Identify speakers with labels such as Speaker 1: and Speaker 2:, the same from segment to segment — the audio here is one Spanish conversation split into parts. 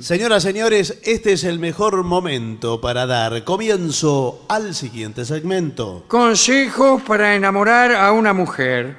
Speaker 1: Señoras, señores, este es el mejor momento para dar comienzo al siguiente segmento.
Speaker 2: Consejos para enamorar a una mujer.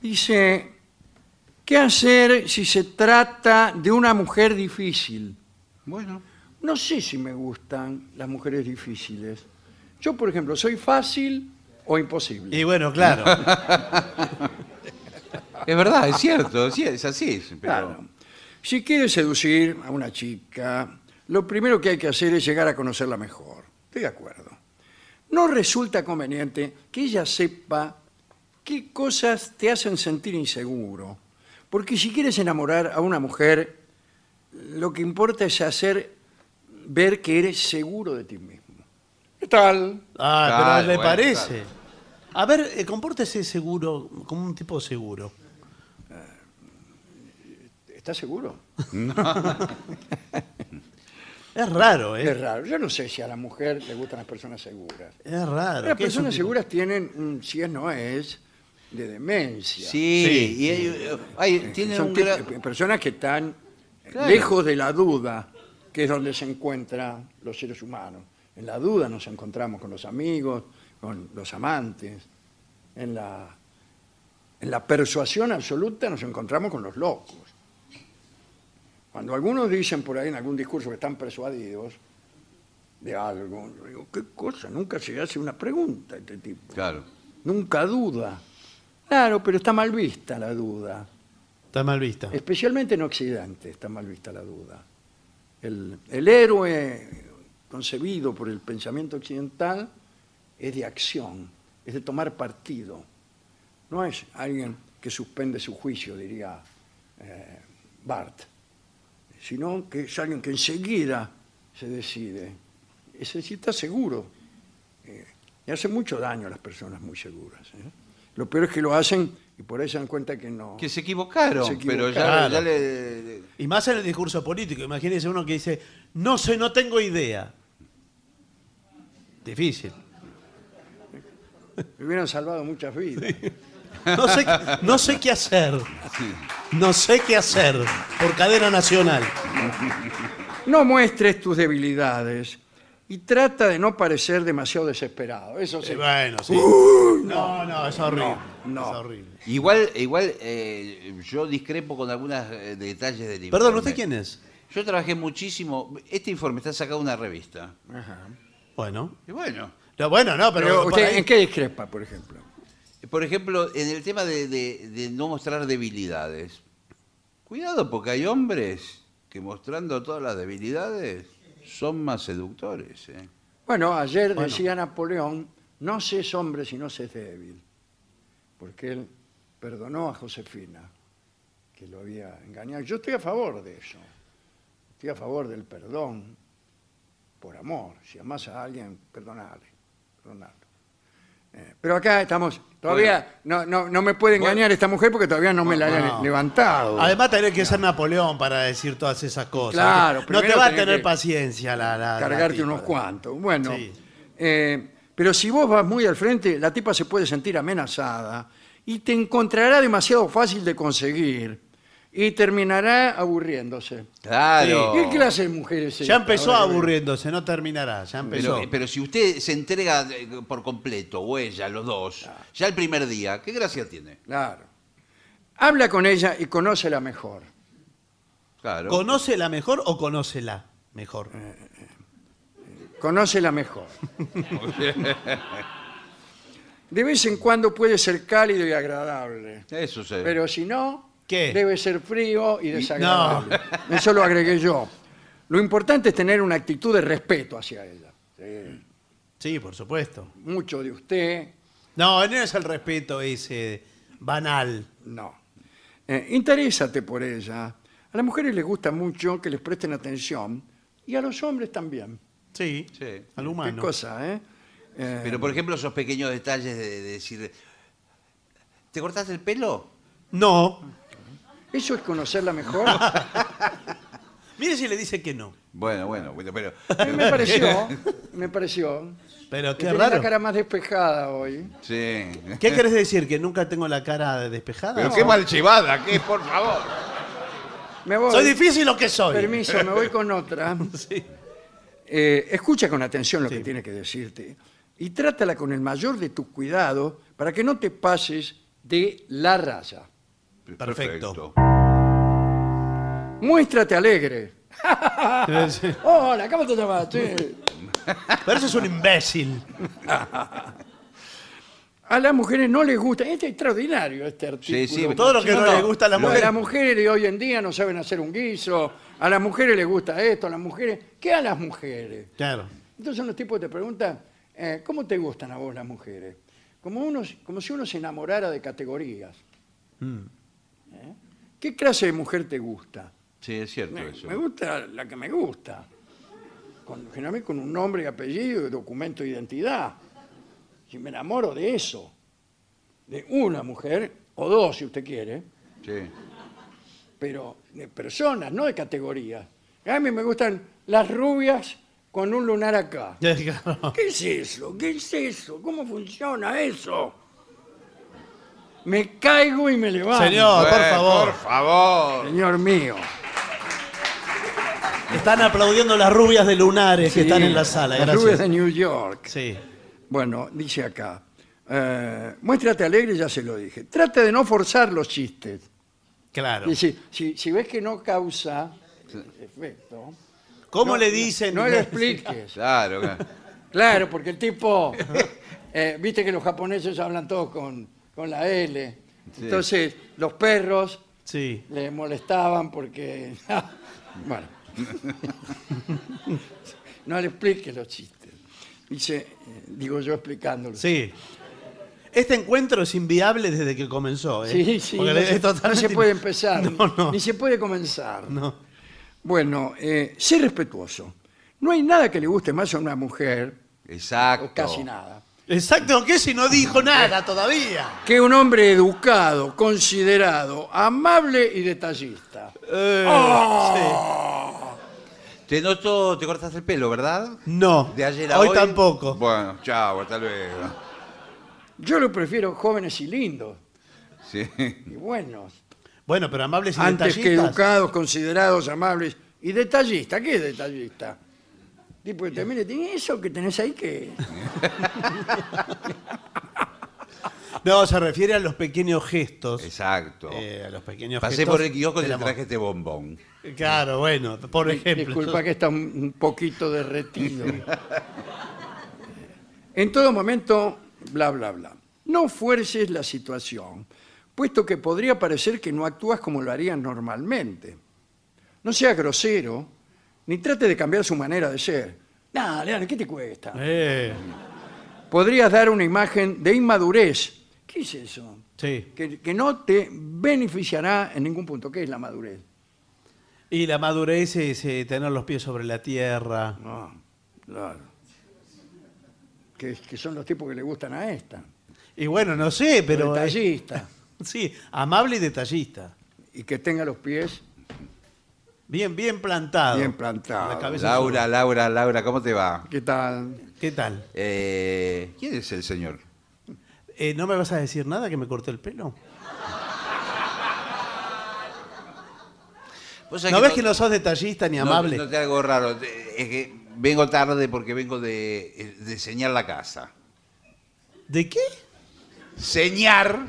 Speaker 2: Dice, ¿qué hacer si se trata de una mujer difícil?
Speaker 3: Bueno.
Speaker 2: No sé si me gustan las mujeres difíciles. Yo, por ejemplo, soy fácil o imposible.
Speaker 1: Y bueno, claro.
Speaker 3: Es verdad, es cierto, sí, es así. es, Pero...
Speaker 2: Claro. Si quieres seducir a una chica, lo primero que hay que hacer es llegar a conocerla mejor. Estoy de acuerdo. No resulta conveniente que ella sepa qué cosas te hacen sentir inseguro. Porque si quieres enamorar a una mujer, lo que importa es hacer ver que eres seguro de ti mismo. ¿Qué tal?
Speaker 1: Ah,
Speaker 3: Claro,
Speaker 1: pero le
Speaker 3: bueno,
Speaker 1: parece. A ver, eh, compórtese seguro, como un tipo seguro.
Speaker 2: ¿Estás seguro?
Speaker 1: Es raro,
Speaker 2: Es
Speaker 1: ¿eh?
Speaker 2: raro. Yo no sé si a la mujer le gustan las personas seguras.
Speaker 1: Es raro.
Speaker 2: Las
Speaker 1: ¿Qué es un
Speaker 2: personas
Speaker 1: tipo?
Speaker 2: seguras tienen un si es no es de demencia.
Speaker 3: Sí,
Speaker 1: Sí.
Speaker 3: y hay, hay- tienen
Speaker 2: Son
Speaker 3: un
Speaker 2: tip-
Speaker 3: gra-
Speaker 2: pe- personas que están eh,
Speaker 3: Claro.
Speaker 2: lejos de la duda, que es donde se encuentran los seres humanos. En la duda nos encontramos con los amigos, con los amantes. En la, en la persuasión absoluta nos encontramos con los locos. Cuando algunos dicen por ahí en algún discurso que están persuadidos de algo, yo digo, ¿qué cosa? Nunca se hace una pregunta a este tipo.
Speaker 3: Claro.
Speaker 2: Nunca duda. Claro, pero está mal vista la duda.
Speaker 1: Está mal vista.
Speaker 2: Especialmente en Occidente está mal vista la duda. El, el héroe concebido por el pensamiento occidental es de acción, es de tomar partido. No es alguien que suspende su juicio, diría eh, Barth, sino que es alguien que enseguida se decide. Ese sí está seguro. Eh, y hace mucho daño a las personas muy seguras. ¿eh? Lo peor es que lo hacen y por ahí se dan cuenta que no.
Speaker 3: Que se equivocaron,
Speaker 2: Se
Speaker 3: pero ya,
Speaker 1: equivocaron.
Speaker 3: ya le...
Speaker 1: Y más en el discurso político. Imagínese uno que dice, no sé, no tengo idea. Difícil.
Speaker 2: Me hubieran salvado muchas vidas.
Speaker 1: No sé, no sé qué hacer. No sé qué hacer. Por cadena nacional.
Speaker 2: No muestres tus debilidades y trata de no parecer demasiado desesperado. Eso sí.
Speaker 1: Eh, bueno, sí. no, no, es horrible.
Speaker 2: no.
Speaker 1: Es horrible.
Speaker 3: Igual, igual eh, yo discrepo con algunos eh, detalles del informe.
Speaker 1: Perdón, ¿usted quién es?
Speaker 3: Yo trabajé muchísimo. Este informe está sacado de una revista.
Speaker 2: Ajá.
Speaker 1: Bueno.
Speaker 3: Y bueno,
Speaker 1: No, bueno, no, pero.
Speaker 2: Pero
Speaker 1: por
Speaker 2: usted,
Speaker 1: ahí-
Speaker 2: ¿en qué discrepa, por ejemplo?
Speaker 3: por ejemplo, en el tema de, de- de no mostrar debilidades. Cuidado, porque hay hombres que mostrando todas las debilidades son más seductores. ¿eh?
Speaker 2: Bueno, ayer
Speaker 1: Bueno.
Speaker 2: decía Napoleón, no seas hombre si no seas débil, porque él perdonó a Josefina, que lo había engañado. Yo estoy a favor de eso, estoy a favor del perdón por amor. Si amas a alguien, perdonale, perdonalo. Eh, pero acá estamos, todavía no, no, no me puede engañar esta mujer porque todavía no me la han
Speaker 1: no.
Speaker 2: levantado.
Speaker 1: Además, tenés que ser Napoleón para decir todas esas cosas.
Speaker 2: Claro,
Speaker 1: no te
Speaker 2: primero
Speaker 1: va a
Speaker 2: tenés
Speaker 1: tener
Speaker 2: que
Speaker 1: paciencia la. la- la
Speaker 2: cargarte
Speaker 1: tipa.
Speaker 2: unos cuantos. Bueno,
Speaker 1: Sí.
Speaker 2: eh, pero si vos vas muy al frente, la tipa se puede sentir amenazada y te encontrará demasiado fácil de conseguir y terminará aburriéndose.
Speaker 3: Claro.
Speaker 2: ¿Qué clase de mujeres es
Speaker 1: Oh. Ya
Speaker 2: esta?
Speaker 1: empezó
Speaker 2: Ahora eh, que veo.
Speaker 1: aburriéndose, no terminará. Ya empezó.
Speaker 3: Pero, pero si usted se entrega eh, por completo, o ella, los dos,
Speaker 2: Ah.
Speaker 3: ya el primer día, ¿qué gracia tiene?
Speaker 2: Claro. Habla con ella y conócela mejor.
Speaker 3: Claro.
Speaker 1: ¿Conócela mejor o conócela mejor?
Speaker 2: Eh. Conócela mejor. De vez en cuando puede ser cálido y agradable.
Speaker 3: Eso sí.
Speaker 2: Pero si no,
Speaker 1: ¿Qué?
Speaker 2: debe ser frío y desagradable. Eso lo agregué yo. Lo importante es tener una actitud de respeto hacia ella.
Speaker 1: Sí, por supuesto.
Speaker 2: Mucho de usted,
Speaker 1: No, no es el respeto ese banal.
Speaker 2: no. Eh, interésate por ella. A las mujeres les gusta mucho que les presten atención y a los hombres también.
Speaker 1: Sí,
Speaker 3: Sí.
Speaker 1: al
Speaker 2: Qué
Speaker 1: humano.
Speaker 2: cosa, ¿eh? Eh,
Speaker 3: Pero, por ejemplo, esos pequeños detalles de, de decir, ¿te cortaste el pelo?
Speaker 1: No.
Speaker 2: Eso es conocerla mejor.
Speaker 1: Mire si le dice que no.
Speaker 3: Bueno, bueno, bueno, pero...
Speaker 2: A mí me pareció, me pareció.
Speaker 1: Pero
Speaker 2: que
Speaker 1: qué
Speaker 2: tiene
Speaker 1: raro.
Speaker 2: la cara más despejada hoy.
Speaker 3: Sí.
Speaker 1: ¿Qué querés decir? ¿Que nunca tengo la cara despejada?
Speaker 3: Pero qué mal llevada, qué, por favor.
Speaker 2: me voy.
Speaker 1: Soy difícil lo que soy.
Speaker 2: Permiso, me voy con otra.
Speaker 1: Sí.
Speaker 2: Eh, escucha con atención lo que tiene que decirte y trátala con el mayor de tus cuidados para que no te pases de la raya.
Speaker 1: Perfecto.
Speaker 2: Muéstrate alegre. Hola, ¿cómo te llamas? che?
Speaker 1: Pero eso es un imbécil.
Speaker 2: A las mujeres no les gusta. Este es extraordinario, este artículo.
Speaker 3: Sí, sí.
Speaker 1: Todo lo que no,
Speaker 3: No, no.
Speaker 1: le gusta a la
Speaker 2: No,
Speaker 1: mujer.
Speaker 2: las mujeres de hoy en día no saben hacer un guiso, a las mujeres les gusta esto, a las mujeres... ¿Qué a las mujeres?
Speaker 1: Claro.
Speaker 2: Entonces son los tipos que te preguntan, eh, ¿cómo te gustan a vos las mujeres? Como, uno, como si uno se enamorara de categorías. ¿Eh? ¿Qué clase de mujer te gusta?
Speaker 3: Sí, es cierto
Speaker 2: Me,
Speaker 3: eso.
Speaker 2: me gusta la que me gusta. Con, generalmente con un nombre y apellido y documento de identidad. Si me enamoro de eso, de una mujer, o dos si usted quiere,
Speaker 3: Sí.
Speaker 2: pero de personas, no de categorías. A mí me gustan las rubias con un lunar acá.
Speaker 1: Claro.
Speaker 2: ¿Qué es eso? ¿Qué es eso? ¿Cómo funciona eso? Me caigo y me levanto.
Speaker 1: Señor, por
Speaker 3: Eh,
Speaker 1: favor.
Speaker 3: Por favor.
Speaker 2: Señor mío.
Speaker 1: Están aplaudiendo las rubias de lunares que están
Speaker 2: Sí,
Speaker 1: en la sala.
Speaker 2: Las rubias
Speaker 1: Gracias.
Speaker 2: de New York.
Speaker 1: Sí.
Speaker 2: Bueno, dice acá. eh, muéstrate alegre, ya se lo dije. Trata de no forzar los chistes.
Speaker 1: Claro.
Speaker 2: Y si, si- si ves que no causa efecto,
Speaker 1: ¿Cómo
Speaker 2: no-
Speaker 1: le dicen?
Speaker 2: No, no le expliques.
Speaker 3: Claro. claro.
Speaker 2: Claro, porque el tipo, eh, viste que los japoneses hablan todos con, con la L.
Speaker 3: Sí.
Speaker 2: Entonces, los perros
Speaker 1: Sí.
Speaker 2: le molestaban porque... bueno, no le expliques los chistes. Dice, eh, digo yo explicándolo.
Speaker 1: Sí. Este encuentro es inviable desde que comenzó. ¿eh?
Speaker 2: Sí, sí,
Speaker 1: Porque
Speaker 2: no,
Speaker 1: es
Speaker 2: se, no
Speaker 1: totalmente
Speaker 2: se puede
Speaker 1: in-
Speaker 2: empezar,
Speaker 1: No, no.
Speaker 2: ni se puede comenzar.
Speaker 1: no.
Speaker 2: Bueno, eh, sé respetuoso. No hay nada que le guste más a una mujer,
Speaker 3: Exacto.
Speaker 2: o casi nada,
Speaker 1: Exacto, ¿qué si no dijo nada todavía?
Speaker 2: que un hombre educado, considerado, amable y detallista.
Speaker 1: Eh,
Speaker 2: oh.
Speaker 3: Te noto, te cortaste el pelo, ¿verdad?
Speaker 1: sí. No.
Speaker 3: De ayer a
Speaker 1: hoy,
Speaker 3: hoy.
Speaker 1: tampoco.
Speaker 3: Bueno, chao, hasta luego.
Speaker 2: Yo lo prefiero jóvenes y lindos,
Speaker 3: Sí.
Speaker 2: y buenos,
Speaker 1: Bueno, pero amables y
Speaker 2: antes que
Speaker 1: detallistas.
Speaker 2: educados, considerados, amables y detallistas. ¿Qué es detallista? Tipo, que te mire, "Tiene eso que tenés ahí que...
Speaker 1: No, se refiere a los pequeños gestos.
Speaker 3: Exacto.
Speaker 1: Eh, a los pequeños
Speaker 3: Pasé
Speaker 1: gestos
Speaker 3: por el kiosco y
Speaker 1: del
Speaker 3: te
Speaker 1: amor.
Speaker 3: traje este bombón.
Speaker 1: Claro, bueno, por ejemplo.
Speaker 2: Disculpa que está un un poquito derretido. en todo momento, bla, bla, bla. No fuerces la situación, puesto que podría parecer que no actúas como lo harías normalmente. No seas grosero, ni trate de cambiar su manera de ser. Dale, dale, ¿qué te cuesta?
Speaker 1: Eh,
Speaker 2: Podrías dar una imagen de inmadurez. ¿Qué es eso?
Speaker 1: sí.
Speaker 2: Que, que no te beneficiará en ningún punto. ¿Qué es la madurez?
Speaker 1: Y la madurez es eh, tener los pies sobre la tierra.
Speaker 2: No, Ah, claro. Que, que son los tipos que le gustan a esta.
Speaker 1: Y bueno, no sé, pero. eh,
Speaker 2: detallista.
Speaker 1: sí, amable y detallista.
Speaker 2: Y que tenga los pies.
Speaker 1: Bien, bien plantado.
Speaker 2: Bien plantado.
Speaker 1: La cabeza
Speaker 3: Laura, Laura, Laura, ¿cómo te va?
Speaker 2: ¿Qué tal?
Speaker 1: sobre- ¿Qué tal?
Speaker 3: Eh, ¿Quién es el señor?
Speaker 1: Eh, ¿No me vas a decir nada que me corté el pelo?
Speaker 3: Vos sabés
Speaker 1: ¿No ves que
Speaker 3: no-
Speaker 1: no sos detallista ni
Speaker 3: no-
Speaker 1: amable?
Speaker 3: No, te hago raro. te- Es que vengo tarde porque vengo de, eh, de señar la casa.
Speaker 1: ¿De qué?
Speaker 3: ¿Señar?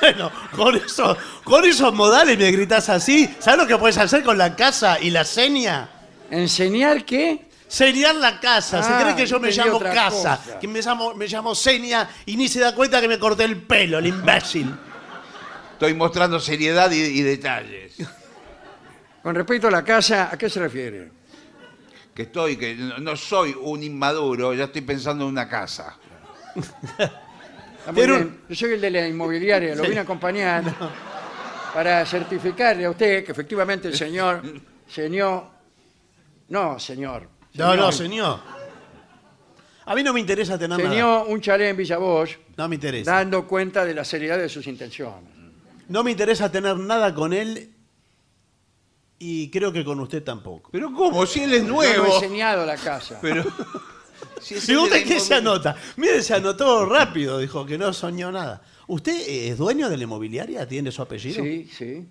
Speaker 1: Bueno, con, eso, con esos modales me gritas así. ¿Sabes lo que puedes hacer con la casa y la seña?
Speaker 2: ¿Enseñar qué?
Speaker 1: Señar la casa.
Speaker 2: Ah,
Speaker 1: se cree que yo me
Speaker 2: entendí
Speaker 1: llamo
Speaker 2: otra
Speaker 1: casa,
Speaker 2: cosa.
Speaker 1: que me llamo, me llamo seña y ni se da cuenta que me corté el pelo, el imbécil.
Speaker 3: Estoy mostrando seriedad y, y detalles.
Speaker 2: Con respecto a la casa, ¿a qué se refiere?
Speaker 3: Que estoy, que no no soy un inmaduro, ya estoy pensando en una casa.
Speaker 2: Está Ah, muy
Speaker 1: Pero-
Speaker 2: bien. Yo soy el de la inmobiliaria, lo vine a acompañar para certificarle a usted que efectivamente el señor, señor, no, señor.
Speaker 1: No, no, señor. A mí no me interesa tener nada.
Speaker 2: Señor, un chalet en Villavoz,
Speaker 1: No me interesa.
Speaker 2: dando cuenta de la seriedad de sus intenciones.
Speaker 1: No me interesa tener nada con él y creo que con usted tampoco.
Speaker 3: Pero ¿cómo? Si él es
Speaker 2: Yo no
Speaker 3: nuevo.
Speaker 2: he señalado la casa.
Speaker 3: Pero. Si es
Speaker 1: Si
Speaker 3: el de
Speaker 1: usted
Speaker 3: la
Speaker 1: que se
Speaker 3: inmobiliaria-
Speaker 1: anota. Mire, se anotó rápido, dijo que no soñó nada. ¿Usted es dueño de la inmobiliaria? ¿Tiene su apellido?
Speaker 2: Sí, sí.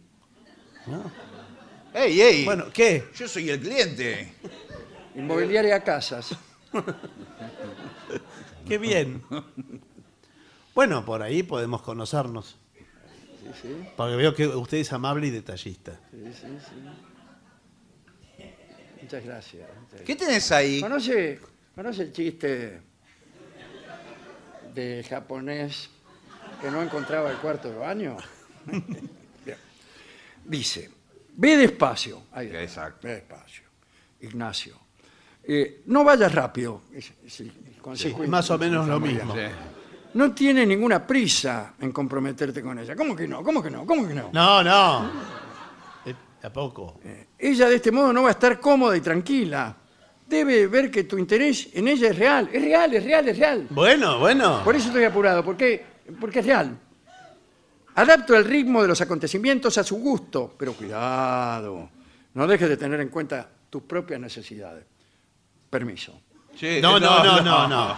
Speaker 3: ¡Ey, ey!
Speaker 1: Bueno, ¿qué?
Speaker 3: Yo soy el cliente.
Speaker 2: Inmobiliaria Casas.
Speaker 1: Qué bien. Bueno, por ahí podemos conocernos.
Speaker 2: Sí, sí,
Speaker 1: Porque veo que usted es amable y detallista.
Speaker 2: sí, sí, sí. Muchas gracias. muchas
Speaker 3: ¿Qué tenés ahí?
Speaker 2: ¿Conoce, conoce el chiste del japonés que no encontraba el cuarto de baño? Bien. Dice, ve despacio. Ahí está,
Speaker 3: Exacto.
Speaker 2: Ve despacio. Ignacio. Eh, no vayas rápido. Es- es el consejo
Speaker 1: Sí, más o menos lo
Speaker 2: muy
Speaker 1: mismo.
Speaker 2: bien.
Speaker 3: Sí.
Speaker 2: No tiene ninguna prisa en comprometerte con ella. ¿Cómo que no? ¿Cómo que no? ¿Cómo que no?
Speaker 1: No, no. Eh, ¿A poco?
Speaker 2: Ella de este modo no va a estar cómoda y tranquila. Debe ver que tu interés en ella es real. Es real, es real, es real.
Speaker 1: Bueno, bueno.
Speaker 2: Por eso estoy apurado, porque, porque es real. Adapto el ritmo de los acontecimientos a su gusto, pero cuidado, no dejes de tener en cuenta tus propias necesidades. Permiso.
Speaker 3: Sí,
Speaker 1: No, no, no, no, no.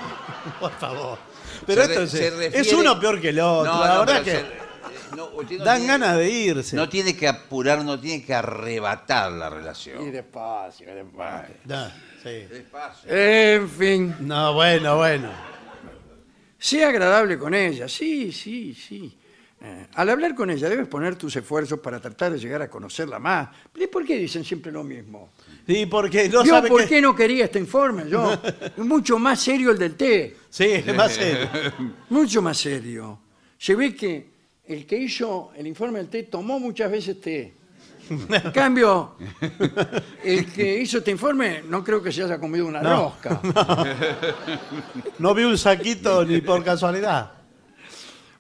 Speaker 1: Por favor. Pero
Speaker 3: Se re-
Speaker 1: esto es,
Speaker 3: se refiere-
Speaker 1: es uno peor que el otro.
Speaker 3: No,
Speaker 1: La
Speaker 3: no,
Speaker 1: verdad
Speaker 3: pero se-
Speaker 1: que
Speaker 3: eh, no, usted no
Speaker 1: dan
Speaker 3: tiene-
Speaker 1: ganas de irse.
Speaker 3: No tiene que apurar, no tiene que arrebatar la
Speaker 2: Y
Speaker 3: relación.
Speaker 2: despacio, despacio.
Speaker 1: Da, sí.
Speaker 3: Despacio.
Speaker 2: En fin,
Speaker 1: No, bueno, bueno.
Speaker 2: sea agradable con ella, sí, sí, sí. Eh, al hablar con ella debes poner tus esfuerzos para tratar de llegar a conocerla más. ¿Y por qué dicen siempre lo mismo?
Speaker 1: ¿Y porque no
Speaker 2: yo,
Speaker 1: sabe
Speaker 2: ¿por
Speaker 1: qué?
Speaker 2: qué no quería este informe? Yo, mucho más serio el del té.
Speaker 1: Sí, es más serio.
Speaker 2: Mucho más serio. Se ve que el que hizo el informe del té tomó muchas veces té. En cambio, el que hizo este informe no creo que se haya comido una
Speaker 1: No.
Speaker 2: rosca.
Speaker 1: No vi un saquito ni por casualidad.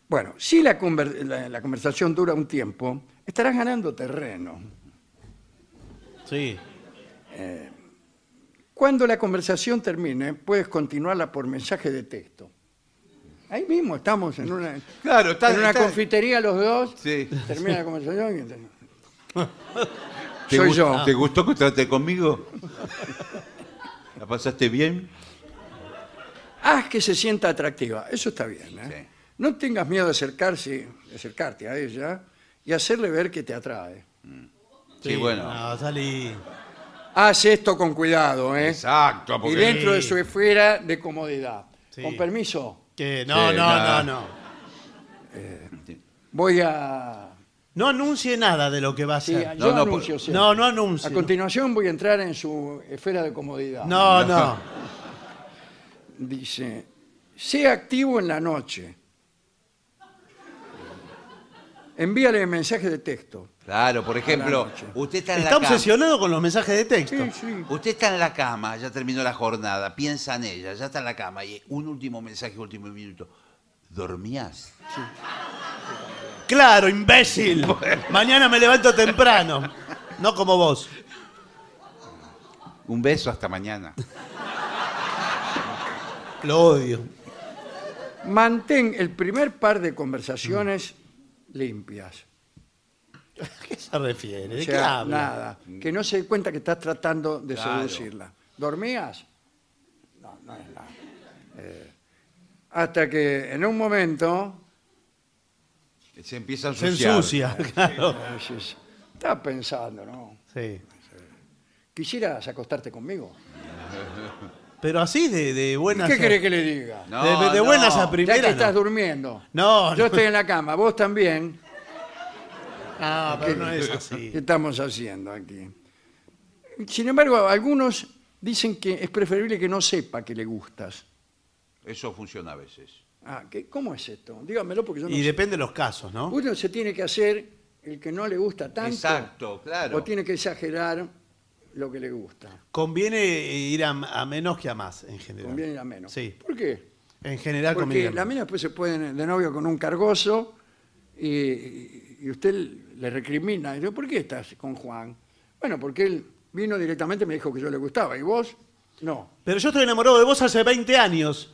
Speaker 2: Bueno, si la, conver- la- la conversación dura un tiempo, estarás ganando terreno.
Speaker 1: Sí.
Speaker 2: Cuando la conversación termine, puedes continuarla por mensaje de texto. Ahí mismo estamos en una,
Speaker 3: Claro, está-
Speaker 2: en una
Speaker 3: está-
Speaker 2: confitería los dos.
Speaker 3: Sí.
Speaker 2: Termina la conversación y termina.
Speaker 3: ¿Te
Speaker 2: Soy
Speaker 3: gust-
Speaker 2: yo.
Speaker 3: ¿Te gustó que trate conmigo? ¿La pasaste bien?
Speaker 2: Haz que se sienta atractiva. Eso está bien. ¿eh?
Speaker 3: Sí.
Speaker 2: No tengas miedo de acercarse, de acercarte a ella y hacerle ver que te atrae.
Speaker 3: Sí, bueno.
Speaker 1: No, salí.
Speaker 2: Haz esto con cuidado, ¿eh?
Speaker 3: Exacto,
Speaker 2: Y
Speaker 3: porque
Speaker 2: dentro
Speaker 1: Sí.
Speaker 2: de su esfera de comodidad.
Speaker 1: Sí.
Speaker 2: Con permiso,
Speaker 1: Que no,
Speaker 3: Sí,
Speaker 1: no,
Speaker 3: nada.
Speaker 1: no, no.
Speaker 2: voy a.
Speaker 1: No anuncie nada de lo que va a
Speaker 2: sí,
Speaker 1: hacer.
Speaker 2: yo
Speaker 3: no, por-
Speaker 2: anuncio siempre.
Speaker 1: no, no
Speaker 2: A
Speaker 1: anuncie.
Speaker 2: continuación voy a entrar en su esfera de comodidad.
Speaker 1: No, no.
Speaker 2: Dice, sea activo en la noche. Envíale mensaje de texto.
Speaker 3: Claro, por ejemplo,
Speaker 2: noche.
Speaker 3: usted está en
Speaker 1: Está
Speaker 3: la cama.
Speaker 1: obsesionado con los mensajes de texto.
Speaker 2: Sí, sí.
Speaker 3: Usted está en la cama, ya terminó la jornada, piensa en ella, ya está en la cama y un último mensaje, último minuto. ¿Dormías?
Speaker 1: Claro, imbécil. Mañana me levanto temprano. No como vos.
Speaker 3: Un beso hasta mañana.
Speaker 1: Lo odio.
Speaker 2: Mantén el primer par de conversaciones limpias.
Speaker 1: ¿A qué se refiere?
Speaker 2: O
Speaker 1: ¿De qué
Speaker 2: sea,
Speaker 1: habla?
Speaker 2: nada. Que no se dé cuenta que estás tratando de
Speaker 3: Claro.
Speaker 2: seducirla. ¿Dormías? No, no es nada. Eh, hasta que en un momento
Speaker 3: Se empieza a
Speaker 1: Se
Speaker 3: ensuciar.
Speaker 1: ensucia, claro.
Speaker 2: dices, estaba pensando, ¿no?
Speaker 1: Sí.
Speaker 2: ¿Quisieras acostarte conmigo?
Speaker 1: Pero así de, de
Speaker 2: ¿Y
Speaker 1: buenas.
Speaker 2: ¿Qué querés que le diga?
Speaker 3: No,
Speaker 1: de, de- de
Speaker 3: no.
Speaker 1: buenas a
Speaker 2: ya que
Speaker 1: primeras.
Speaker 2: estás
Speaker 1: no.
Speaker 2: durmiendo.
Speaker 1: No,
Speaker 2: Yo
Speaker 1: no.
Speaker 2: estoy en la cama, vos también.
Speaker 1: No, pero no es así.
Speaker 2: ¿Qué estamos haciendo aquí? Sin embargo, algunos dicen que es preferible que no sepa que le gustas.
Speaker 3: Eso funciona a veces.
Speaker 2: Ah, ¿qué- ¿Cómo es esto? Dígamelo porque yo no
Speaker 1: Y
Speaker 2: sé.
Speaker 1: depende de los casos, ¿no?
Speaker 2: Uno se tiene que hacer el que no le gusta tanto.
Speaker 3: Exacto, claro.
Speaker 2: O tiene que exagerar lo que le gusta.
Speaker 1: Conviene ir a, a menos que a más, en general.
Speaker 2: Conviene ir a menos.
Speaker 1: Sí.
Speaker 2: ¿Por qué?
Speaker 1: En general conviene ir
Speaker 2: Porque
Speaker 1: a
Speaker 2: la
Speaker 1: menos.
Speaker 2: mina después se puede de novio con un cargoso y, y usted le recrimina. Y yo, ¿por qué estás con Juan? Bueno, porque él vino directamente y me dijo que yo le gustaba. ¿Y vos? No.
Speaker 1: Pero yo estoy enamorado de vos hace 20 años.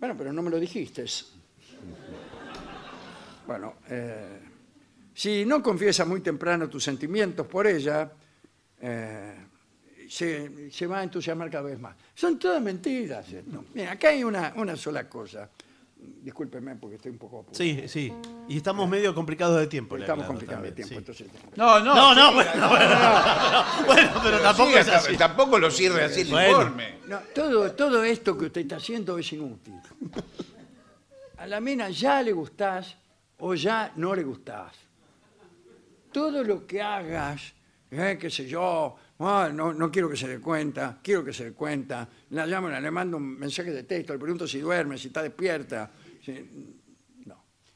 Speaker 2: Bueno, pero no me lo dijiste. Bueno, eh, si no confiesas muy temprano tus sentimientos por ella, eh, se, se va a entusiasmar cada vez más. Son todas mentiras. esto. Mira, acá hay una, una sola cosa. Discúlpeme porque estoy un poco apurado.
Speaker 1: Sí, sí. Y estamos medio complicados de tiempo. le
Speaker 2: Estamos
Speaker 1: aclaro
Speaker 2: complicados de
Speaker 1: también,
Speaker 2: tiempo,
Speaker 1: sí.
Speaker 2: entonces...
Speaker 3: No, no.
Speaker 1: No, no,
Speaker 3: sí,
Speaker 1: bueno, bueno, no, bueno, pero tampoco
Speaker 3: siga,
Speaker 1: es así.
Speaker 3: Tampoco lo cierre así el
Speaker 1: Bueno.
Speaker 3: informe.
Speaker 2: No, todo, todo esto que usted está haciendo es inútil. A la mina ya le gustás o ya no le gustás. Todo lo que hagas, eh, qué sé yo, ah, no, no quiero que se dé cuenta, quiero que se dé cuenta, la llamo, le mando un mensaje de texto, le pregunto si duerme, si está despierta. si-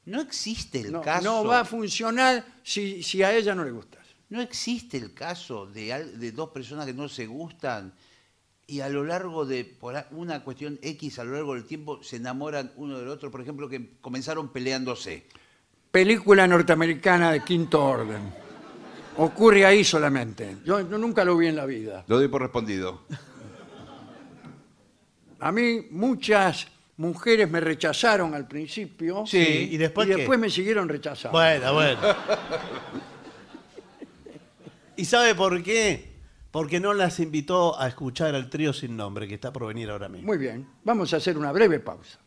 Speaker 3: No existe el
Speaker 2: no,
Speaker 3: caso.
Speaker 2: no va a funcionar si, si a ella no le gustas.
Speaker 3: ¿No existe el caso de, al- de dos personas que no se gustan y a lo largo de por a- una cuestión X, a lo largo del tiempo, se enamoran uno del otro? Por ejemplo, que comenzaron peleándose.
Speaker 2: película norteamericana de quinto orden. Ocurre ahí solamente. Yo, yo nunca lo vi en la vida.
Speaker 3: Lo doy por respondido.
Speaker 2: A mí muchas mujeres me rechazaron al principio
Speaker 3: Sí.
Speaker 1: ¿Y después
Speaker 2: y
Speaker 1: qué?
Speaker 2: después me siguieron rechazando.
Speaker 1: Bueno, bueno. ¿Y sabe por qué? Porque no las invitó a escuchar al trío sin nombre que está por venir ahora mismo.
Speaker 2: Muy bien, vamos a hacer una breve pausa.